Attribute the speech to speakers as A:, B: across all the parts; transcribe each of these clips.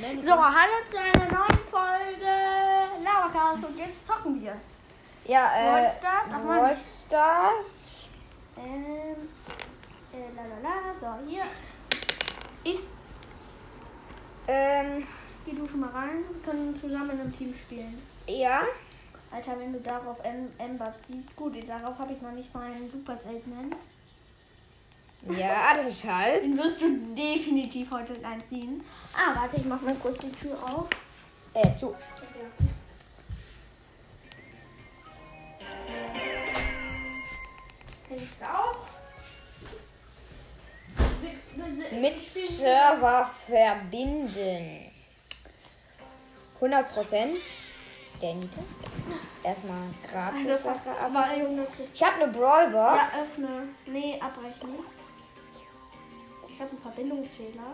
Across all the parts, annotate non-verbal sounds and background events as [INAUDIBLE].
A: Nein,
B: So, hallo zu einer neuen Folge Lavacast und jetzt zocken wir.
A: ja, äh,
B: Brawl Stars? Ach, Mann.
A: Brawl Stars.
B: Ähm, äh, la la la, so, hier. Ich
A: Ähm,
B: geh du schon mal rein, wir können zusammen in einem Team spielen.
A: ja.
B: Alter, wenn du darauf Em- Ember ziehst, gut, darauf habe ich noch nicht meinen super seltenen. ah,
A: Ja, deshalb.
B: ne? Den wirst du definitiv heute einziehen. Ah, warte, ich mach mal kurz die Tür auf.
A: Äh, zu.
B: Kenn ich auch?
A: Mit Server verbinden. 100 Prozent. Der Nita. Erstmal gratis.
B: Das
A: Sache.
B: ist aber eine
A: Ich habe eine Brawlbox.
B: Ja, öffne. Nee, abbrechen. Ich habe einen Verbindungsfehler.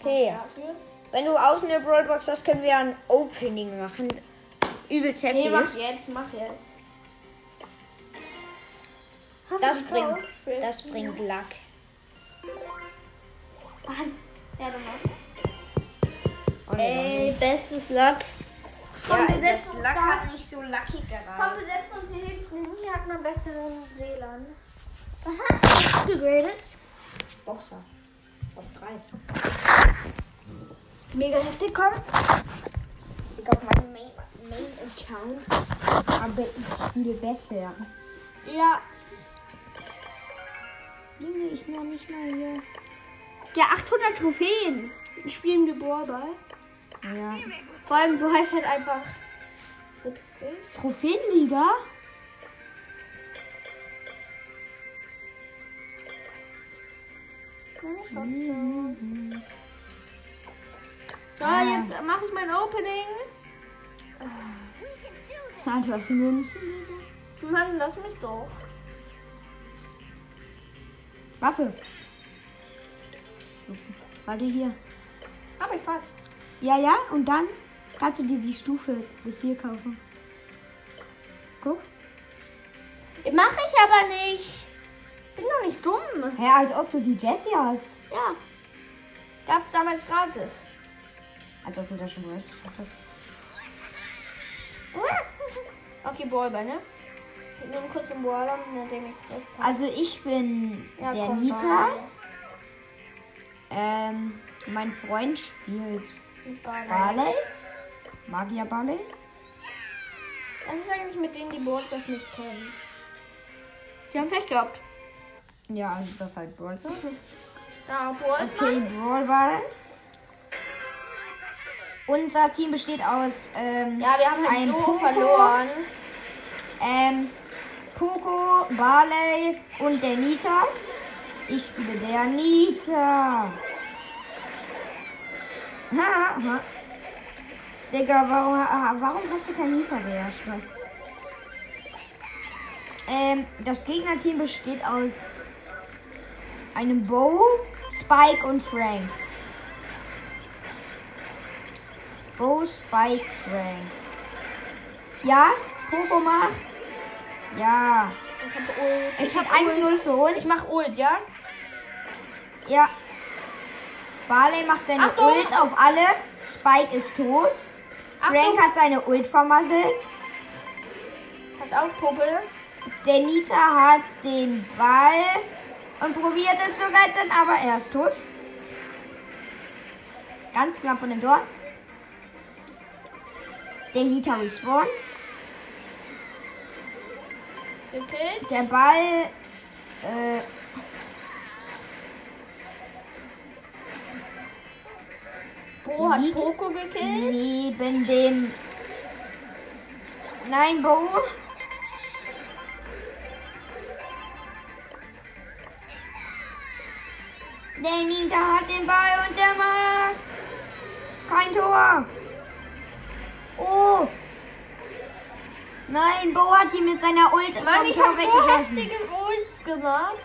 A: Okay.
B: Dafür.
A: Wenn du außen eine Brawlbox hast, können wir ein Opening machen. Übelst heftig
B: Nee, mach
A: ist.
B: jetzt, mach jetzt.
A: Das bringt, das bringt Luck.
B: Mann. Ah, Ja, dann mach.
A: Oh, nee,
B: bestes Luck.
A: doch
B: Äh, Komm,
A: nicht.
B: wir
A: ja, das
B: setzen uns
A: Luck
B: da.
A: hat nicht so lucky
B: Komm,
A: gerade.
B: wir setzen uns hier hinten. Hier hat man besseren WLAN. Upgraded.
A: Boxer. Auf drei.
B: Mega heftig, komm.
A: Ich glaube, mein Main, Main Account. Aber ich spiele besser.
B: Ja.
A: Junge, ich noch nicht mal hier.
B: Ja, 800 Trophäen. Ich spiele im Ball.
A: Ja.
B: Vor allem, so heißt halt einfach 17. Trophäenliga? Mhm. So, Ah, jetzt mache ich mein Opening.
A: Alter, was Münzen?
B: Mann, lass mich doch.
A: Warte. Warte hier.
B: Hab ich fast.
A: Ja, ja, und dann kannst du dir die Stufe bis hier kaufen. Guck.
B: Mache ich aber nicht. Bin doch nicht dumm.
A: Ja, als ob du die Jessie hast.
B: Ja. Gab's damals [LAUGHS] gratis.
A: Als ob du das schon weißt. Ich sag das.
B: Okay, Ballball, ne? Ich nehme kurz den Baller, nachdem ich das habe.
A: Also ich bin
B: Ja,
A: der
B: komm,
A: Nita. Ähm, mein Freund spielt
B: Ball. Ball.
A: Barley. Magier Barley.
B: Das ist eigentlich mit denen, die Boards das nicht kennen. Die haben Pech gehabt.
A: Ja, also das ist halt Bronzer.
B: Ja, Boards.
A: Okay, Brawl Ball. Unser Team besteht aus ähm,
B: Ja, wir haben halt
A: Ein
B: so
A: Poco.
B: verloren.
A: ähm, Coco, Barley und der Nita. Ich spiele der Nita. Ha, ha. Digga, warum, ah, warum hast du kein Nita, der Spaß? Ähm, das Gegnerteam besteht aus einem Bo, Spike und Frank. Bo, Spike, Frank. Ja, Coco macht. Ja.
B: Ich hab Ult.
A: Es steht
B: hab
A: 1-0
B: Ult.
A: für uns.
B: Ich mach Ult, ja?
A: Ja. Barley macht seine
B: Achtung!
A: Ult auf alle. Spike ist tot. Frank hat seine Ult vermasselt.
B: Pass auf, Popel.
A: Der Nita hat den Ball und probiert es zu retten, aber er ist tot. Ganz knapp von dem Tor. Der Nita respawns.
B: Gekillt.
A: Der Ball. Äh,
B: Bo hat
A: Liegt-
B: Poco gekillt.
A: Neben dem. Nein, Bo. Der Nita hat den Ball und der macht kein Tor. Oh. Nein, Bo hat die mit seiner Ult
B: Mann,
A: vom
B: ich
A: Tor
B: hab so
A: weggeschossen.
B: heftige Ults gemacht.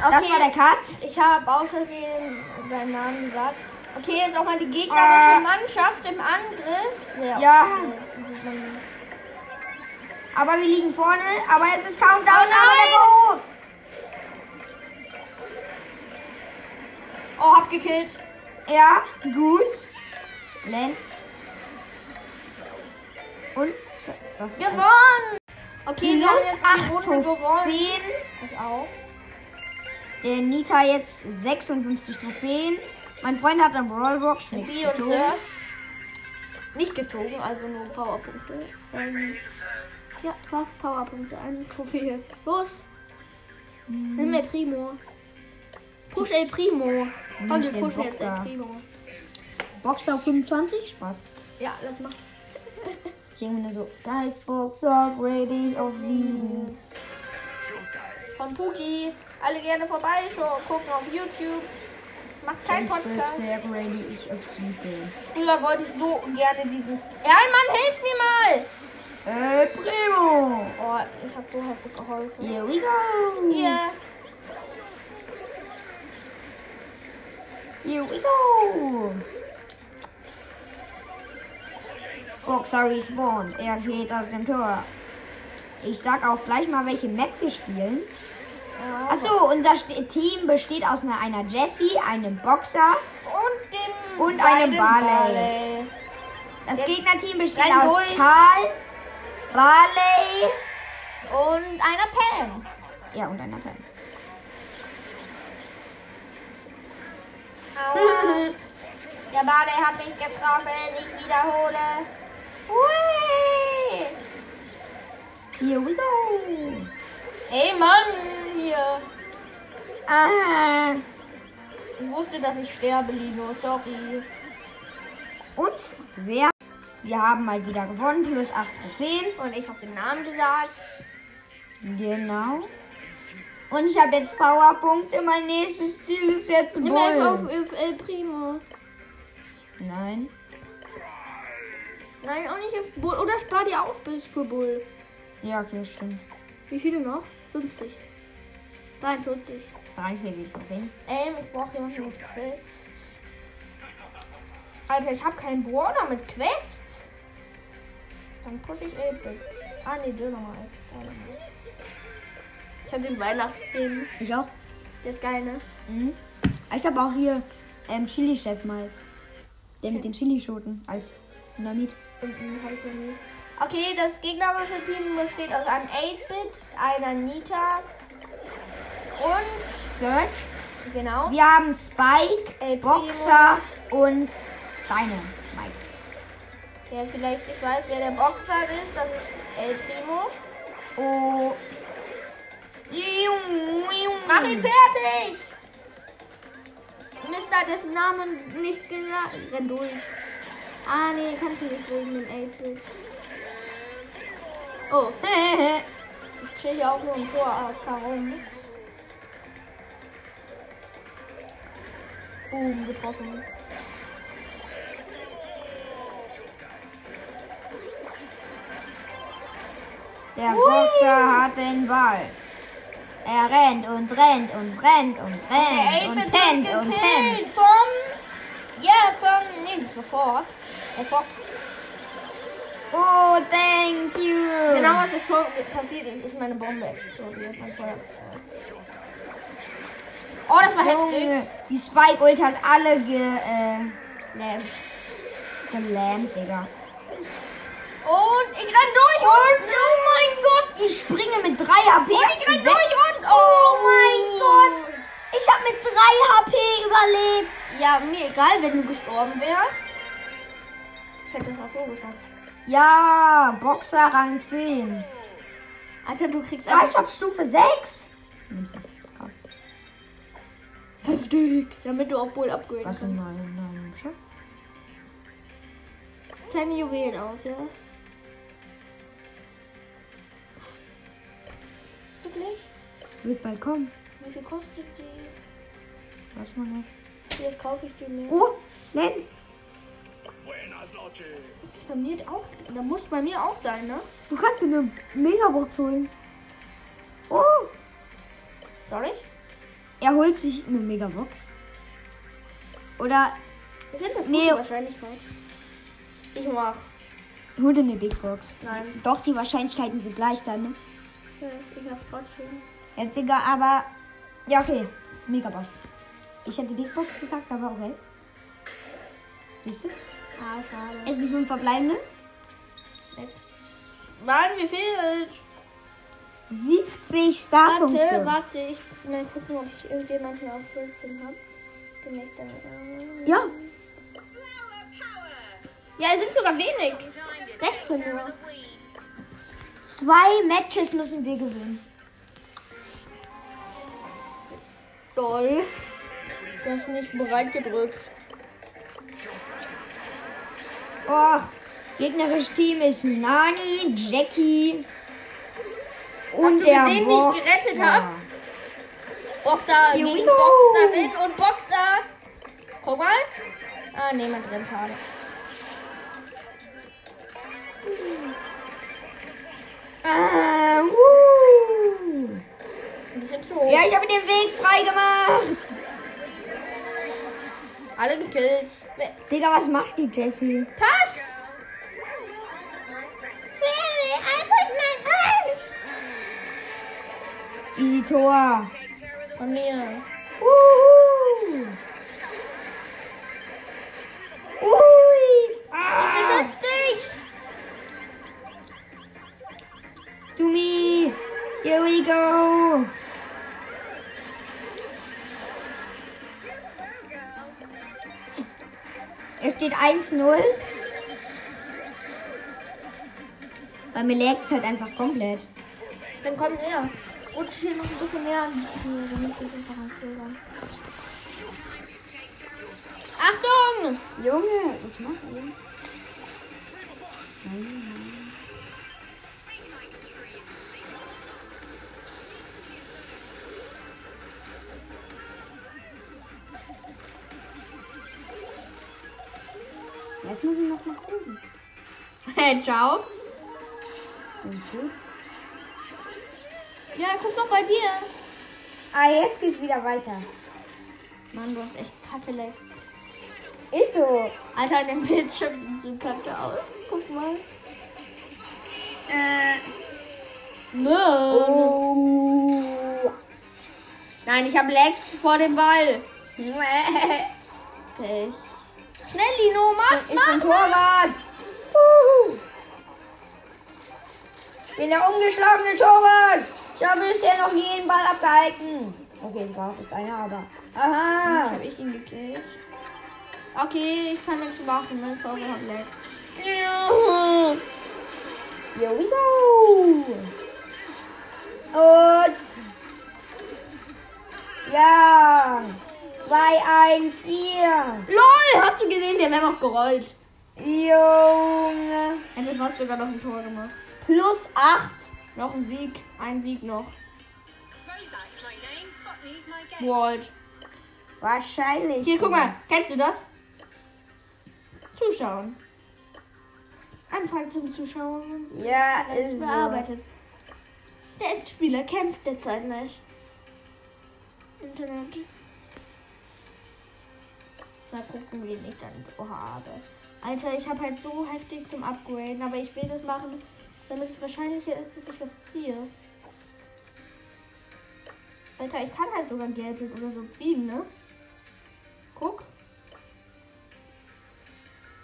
A: Das war der Cut.
B: Ich habe aus Versehen seinen Namen gesagt. Okay, jetzt auch mal die gegnerische
A: Ah.
B: Mannschaft im Angriff. Sehr
A: Ja.
B: oft sieht man-
A: Aber wir liegen vorne, aber es ist Countdown.
B: Oh nein!
A: Aber der Bo.
B: Oh, gekillt.
A: Ja, gut. Len. Und das ist
B: Gewonnen! Okay, wir haben
A: Minus
B: jetzt die
A: 8
B: Runde gewonnen.
A: Trophäen.
B: Ich auch.
A: Der Nita jetzt 56 Trophäen. Mein Freund hat an Brawlbox nichts
B: B und
A: gezogen.
B: Sir. Nicht gezogen, also nur Powerpunkte. Ähm, ja, fast Powerpunkte. Eine Trophäe. Los!
A: Mhm.
B: Nimm El Primo. Push El Primo. Komm,
A: ich
B: wir
A: den
B: pushen jetzt El
A: Boxer.
B: Primo.
A: Boxer 25? Spaß.
B: Ja, lass mal.
A: Ich denke mir nur so, Guys, Boxer, grade ich auf 7.
B: Von Puki. Alle gerne vorbeischauen. Gucken auf YouTube. Macht keinen Podcast.
A: Boxer, grade ich auf 7.
B: Früher wollte ich so gerne dieses. Ja, Mann, hilf mir mal!
A: Äh, Primo!
B: Oh, ich hab so heftig geholfen.
A: Here we go!
B: Hier.
A: Here we go! Boxer respawn. Er geht aus dem Tor. Ich sag auch gleich mal, welche Map wir spielen.
B: Ja.
A: Achso, unser Ste- Team besteht aus einer, einer Jessie, einem Boxer.
B: Und dem.
A: Und
B: beiden
A: einem Barley. Das
B: Jetzt
A: Gegnerteam besteht
B: renn
A: aus
B: durch.
A: Karl, Barley.
B: Und einer Pam.
A: Ja, und einer
B: [LAUGHS]
A: Pam.
B: Aua. [LAUGHS] Der Barley hat mich getroffen. Ich wiederhole. Hui.
A: Here we go.
B: Ey, Mann, hier.
A: Ah.
B: Ich wusste, dass ich sterbe, Lino. Sorry.
A: Und wer? Wir haben mal wieder gewonnen, plus 8 Trophäen.
B: Und ich hab den Namen gesagt.
A: Genau. Und ich habe jetzt Powerpunkte. Mein nächstes Ziel ist jetzt
B: Nimm einfach auf
A: Bull.
B: El Primo.
A: Nein.
B: Nein, auch nicht auf Bull. Oder spar dir auf bis für Bull.
A: Ja, okay, stimmt.
B: Wie viele noch? 50. 43.
A: Drei, vier Trophäen.
B: Ähm, ich brauche jemanden mit Quest. Alter, ich habe keinen Brawler mit Quest. Dann pushe ich Elbe. Ah, nee, Döner mal. Ich habe den Weihnachtsskin.
A: Ich auch.
B: Der ist geil, ne?
A: Mhm. Ich habe auch hier ähm, Chili-Chef mal. Der mit den Chilischoten als Dynamit.
B: Unten habe ich noch nie. Okay, das gegnerische Team besteht aus einem 8-Bit, einer Nita und,
A: Search.
B: genau,
A: Wir haben Spike,
B: El Äh, Primo.
A: Boxer und deine, Mike.
B: Wer vielleicht nicht weiß, wer der Boxer ist, das ist El Primo.
A: Oh.
B: Mach ihn fertig! Mister, dessen Namen nicht gesagt. Renn durch. Ah, nee, kannst du nicht wegen dem 8-Bit. Oh, ich chill hier auch nur im Tor AFK rum. Boom, getroffen.
A: Der Boxer hat den Ball. Er rennt und rennt und rennt und
B: Der
A: rennt und
B: 8-Bit
A: rennt
B: wird
A: und rennt.
B: gekillt vom... Ja, vom... Nee, das war Fox. Der Fox.
A: Oh, thank you.
B: Genau als das Tor passiert ist, ist meine Bombe explodiert. Mein Feuerzeug. Oh, das war heftig.
A: Junge, die Spike-Ult hat alle ge, äh,
B: Nee.
A: gelähmt, Digga.
B: Und ich renn durch und, oh mein Gott.
A: Ich springe mit 3
B: Und
A: HP.
B: ich renn durch und
A: Oh mein Gott. Ich habe mit 3 HP überlebt.
B: Ja, mir egal, wenn du gestorben wärst. Ich hätte das auch so geschafft.
A: Ja, Boxer Rang 10.
B: Alter, du kriegst
A: Ah, ich
B: einfach...
A: habe Stufe 6. Krass.
B: Heftig. Damit du auch Bull upgraden
A: Was
B: kannst.
A: in meinem Namen geschafft?
B: Kleine Juwelen aus, ja? Wirklich?
A: Wird bald kommen.
B: Wie viel kostet die?
A: Weiß man nicht.
B: Vielleicht kaufe ich die mir.
A: Oh, Len.
C: Buenas noches.
B: Bei mir auch. Da muss bei mir auch sein, ne?
A: Du kannst dir eine Megabox holen. Oh,
B: Soll ich?
A: er holt sich eine Megabox. Oder
B: Sind das
A: Nee.
B: gute Wahrscheinlichkeit? Ich mach.
A: er holt eine Big Box.
B: Nein.
A: Doch, die Wahrscheinlichkeiten sind gleich dann, ne?
B: Ich mach's trotzdem.
A: Ja, Digga, aber. Ja, okay. Megabox. Ich hätte Big Box gesagt, aber okay. Siehst du?
B: Ah, schade.
A: Es sind fünf verbleibende.
B: Sechs. Mann, mir fehlt.
A: 70
B: Warte,
A: Starpunkte.
B: warte, ich mal gucken, ob ich irgendjemanden auf 14 habe. Bin ich dann. äh,
A: Ja,
B: Ja, es sind sogar wenig. 16 nur.
A: zwei Matches müssen wir gewinnen.
B: Doll. Du hast nicht bereit gedrückt.
A: Oh, gegnerisches Team ist Nani, Jackie und
B: du
A: der
B: gesehen, wie ich
A: Boxer.
B: gerettet hab? Boxer
A: Here we
B: gegen
A: go.
B: Boxer win und Boxer. Guck mal. Ah, nee, man drin, schade.
A: Ah, wuhu.
B: Ein bisschen zu hoch.
A: Ja, ich habe den Weg frei gemacht.
B: Alle gekillt. Wer-
A: Digga, was macht die Jessie?
B: Pass! Wer will einfach mein Freund?
A: Easy Tor.
B: Von mir.
A: Uhu. Ui. Ah.
B: Beschütz dich!
A: To me. Here we go. Es steht 1-0. Bei mir laggt es halt einfach komplett.
B: Dann komm her. Rutsch hier noch ein bisschen näher an. Hier, damit ich den Charakter dann. Achtung!
A: Junge, was macht ihr? Jetzt muss ich noch nach oben.
B: Hey, ciao.
A: Findest du?
B: Ja, guck doch bei dir.
A: Ah, jetzt geht's wieder weiter.
B: Mann, du hast echt Kackelex.
A: Ist so.
B: Alter, an dem Bildschirm sieht so kacke aus. Guck mal.
A: Äh.
B: Mann.
A: Oh.
B: Nein, ich habe Lex vor dem Ball. [LAUGHS] Pech. Schnell, Lino, mach,
A: Ich
B: mach,
A: bin
B: mach.
A: Torwart. Uhu. Ich bin der umgeschlagene Torwart. Ich habe bisher noch nie einen Ball abgehalten. Okay, es war auch nicht einer, aber.
B: Ich
A: Aha.
B: habe ich ihn gekillt. Okay, ich kann nichts machen. ne? Mein Sorge hat Lex.
A: Here we go. Und. Ja. 2, 1, 4.
B: LOL, hast du gesehen? Der wäre noch gerollt.
A: Junge.
B: Er hat fast sogar noch ein Tor gemacht.
A: Plus 8.
B: Noch ein Sieg. Ein Sieg noch.
D: Mosaic's my name, Botany's my game.
B: World.
A: Wahrscheinlich.
B: Hier, guck mal. Kennst du das? Zuschauen. Anfang zum Zuschauen.
A: Ja,
B: Ist
A: ist so.
B: bearbeitet. Der Spieler kämpft derzeit nicht. Internet. Mal gucken, wie ich dann so habe. Alter, ich habe halt so heftig zum Upgraden, aber ich will das machen, damit es wahrscheinlicher ist, dass ich was ziehe. Alter, ich kann halt sogar ein Gadget oder so ziehen, ne? Guck.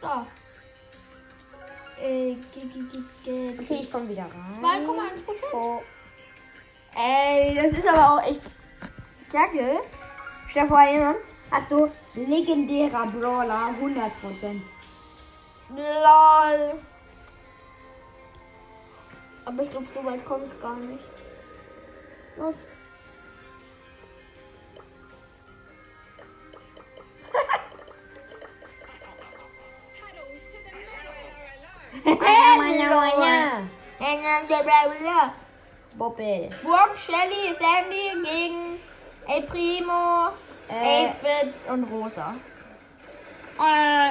B: Da. Äh, G -G -G Gadget.
A: Okay, ich komme wieder rein. Äh,
B: 2,1 Prozent.
A: Oh.
B: Ey, das ist aber auch echt kacke.
A: Stell dir vor, jemand hat so legendärer Brawler 100%.
B: Lol. Aber ich glaube, so weit kommst gar [LAUGHS] nicht.
A: [LAUGHS]
B: Los.
D: Paddles to the middle.
B: Brock,
A: Boppel.
B: Shelly, Sandy gegen El Primo,
A: Äh.
B: äh. 8-Bits und Rosa.
A: Ah!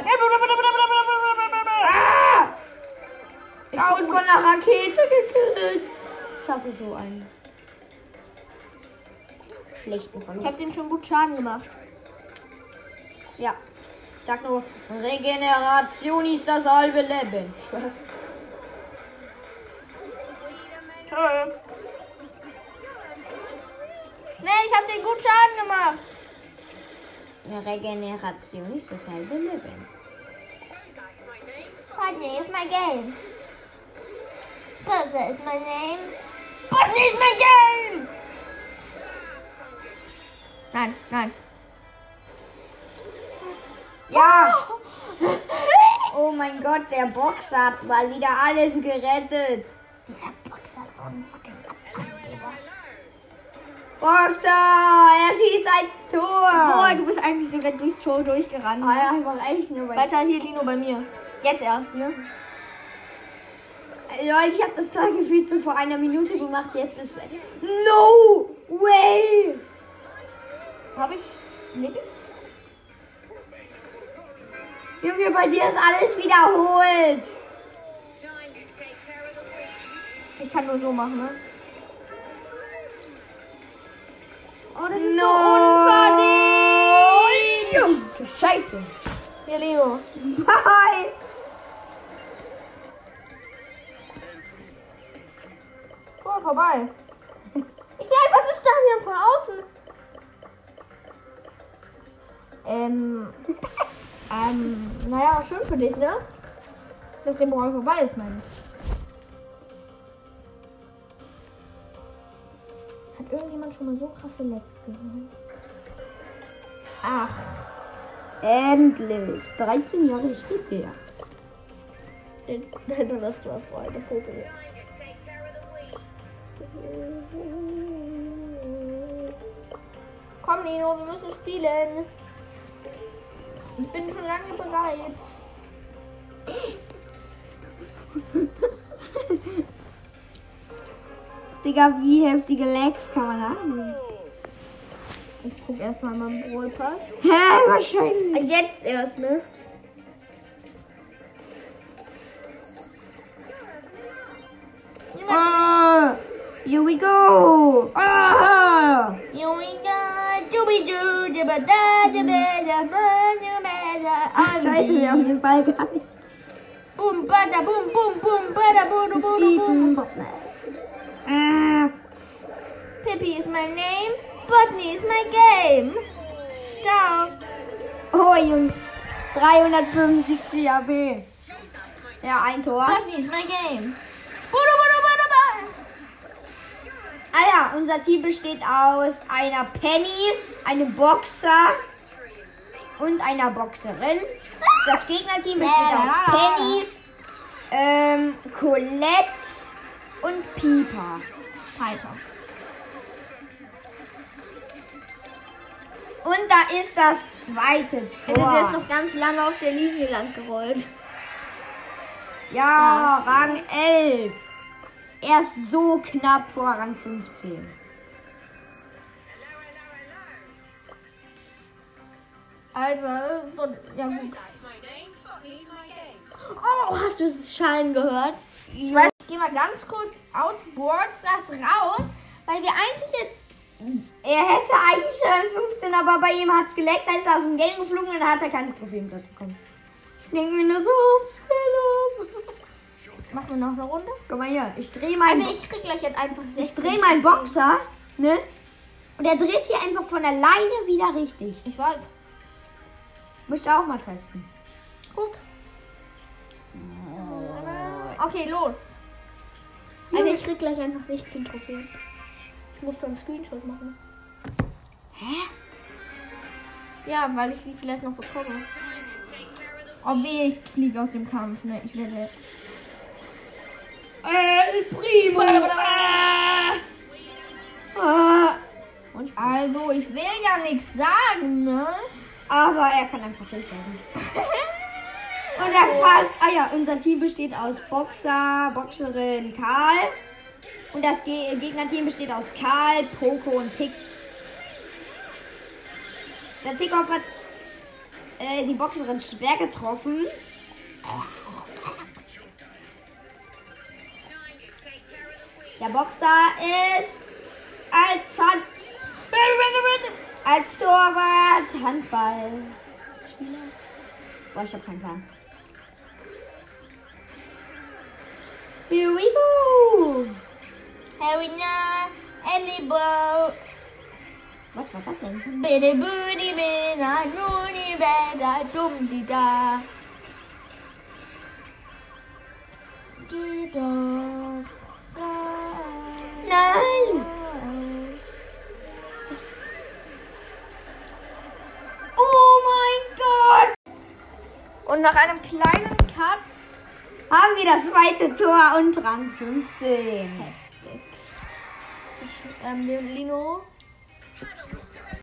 B: Ich wurde von einer Rakete gekillt.
A: Ich hatte so einen schlechten
B: Ich habe
A: Verlust.
B: dem schon gut Schaden gemacht.
A: Ja. Ich sag nur, Regeneration ist das halbe Leben. Spaß.
B: Toll. Nee, ich hab den gut Schaden gemacht.
E: Eine Regeneration ist dasselbe Leben.
D: My name?
F: Rodney is my game. Buzzer is my name.
A: Botany is my game! Nein, nein. Ja! Oh mein Gott, der Boxer hat mal wieder alles gerettet.
F: Dieser Boxer ist so ein fucking Abgeber.
A: Boxer, er schießt ein
B: Boah,
A: Tor.
B: du bist eigentlich sogar durchs Tor durchgerannt.
A: Ah ja, ich mach echt nur weil
B: Weiter hier, Lino, bei mir. Jetzt erst, ne?
A: Leute, ich habe das Tor gefühlt so vor einer Minute gemacht. Jetzt ist No way!
B: Hab ich? Leb ich?
A: Junge, bei dir ist alles wiederholt.
D: Time to take care of the week.
B: Ich kann nur so machen, ne? Oh, das ist
A: No.
B: so unverdient!
A: Scheiße.
B: Hier, Lino.
A: Bye.
B: Boah, vorbei. Ich sehe einfach das Stadion von außen. Ähm. ähm, naja, schön für dich, ne? Dass der Ball vorbei ist, meine ich. Hat irgendjemand schon mal so krasse Lecks gesehen? Ach,
E: Endlich. 13 Jahre später. ja.
B: dann hast du mal Freude, Popel.
D: Time to take care of the week.
B: Komm, Lino, wir müssen spielen. Ich bin schon lange bereit.
A: Digga, wie heftige Lags kann man haben?
B: Ich guck erstmal meinen Brawl Pass.
A: Hä, wahrscheinlich.
B: Jetzt erst, ne?
A: Oh, here we go. Ah.
B: You ain't got to be do, da ba da, da ba da, ba da ba da,
A: Ach,
B: I'm
A: scheiße, wir haben den Ball gehabt.
B: Boom, bada, boom, boom, boom, bada, boom, boom, boom.
A: Ah,
B: Pippi is my name, Botany is my game. Ciao.
A: oh, Junge. 375 AB. Ja, ein Tor.
B: Botany is my game. Buda, buda, buda, buda.
A: Alter, Ah unser Team besteht aus einer Penny, einem Boxer und einer Boxerin. Das Gegnerteam besteht aus Penny, ähm, Colette und Piper.
B: Piper.
A: Und da ist das zweite
B: Also der ist
A: Tor.
B: noch ganz lange auf der Linie lang gerollt.
A: Ja, Rang 11. Er ist so knapp vor Rang 15.
D: Hello, hello, hello.
B: Also, so- ja gut.
D: That's my name. Botany's my game.
B: Oh, hast du das Schein gehört? Ich weiß, ich gehe mal ganz kurz aus Boards das raus, weil wir eigentlich jetzt.
A: Er hätte eigentlich schon 15, aber bei ihm hat's geleckt, dann ist er aus dem Game geflogen und dann hat er keine Trophäen plus bekommen. Ich denke mir nur so, ups, hello.
B: Machen wir noch eine Runde?
A: Guck mal hier, ich drehe meinen,
B: Also, ich krieg gleich jetzt einfach 16.
A: ich dreh meinen Boxer, ne? Und er dreht sich einfach von alleine wieder richtig.
B: Ich weiß.
A: Muss ich auch mal testen.
B: Guck. Okay, los. Also, ich krieg gleich einfach 16 Trophäen. Ich muss dann einen Screenshot machen. Hä? Ja, weil ich die vielleicht noch bekomme. Oh weh, ich fliege aus dem Kampf, ne? Ich werde.
A: Ah,
B: Und also, ich will ja nichts sagen, ne?
A: aber er kann einfach durchsetzen. und er fast, ah ja, unser Team besteht aus Boxer, Boxerin Karl. Und das Ge Gegnerteam besteht aus Karl, Poco und Tick. Der Tickhop hat äh, die Boxerin schwer getroffen. Der Boxer ist als Hand als Torwart Handball. Boah, ich hab keinen Plan. Here we go.
B: ne? Harry, na, Annie, Bo.
A: Was war das denn?
B: Bidi budi bina nuni beda dum di da. Di da. da.
A: Nein! Oh mein Gott!
B: Und nach einem kleinen Cut.
A: Haben wir das zweite Tor und Rang 15.
B: Ich, ähm, Lino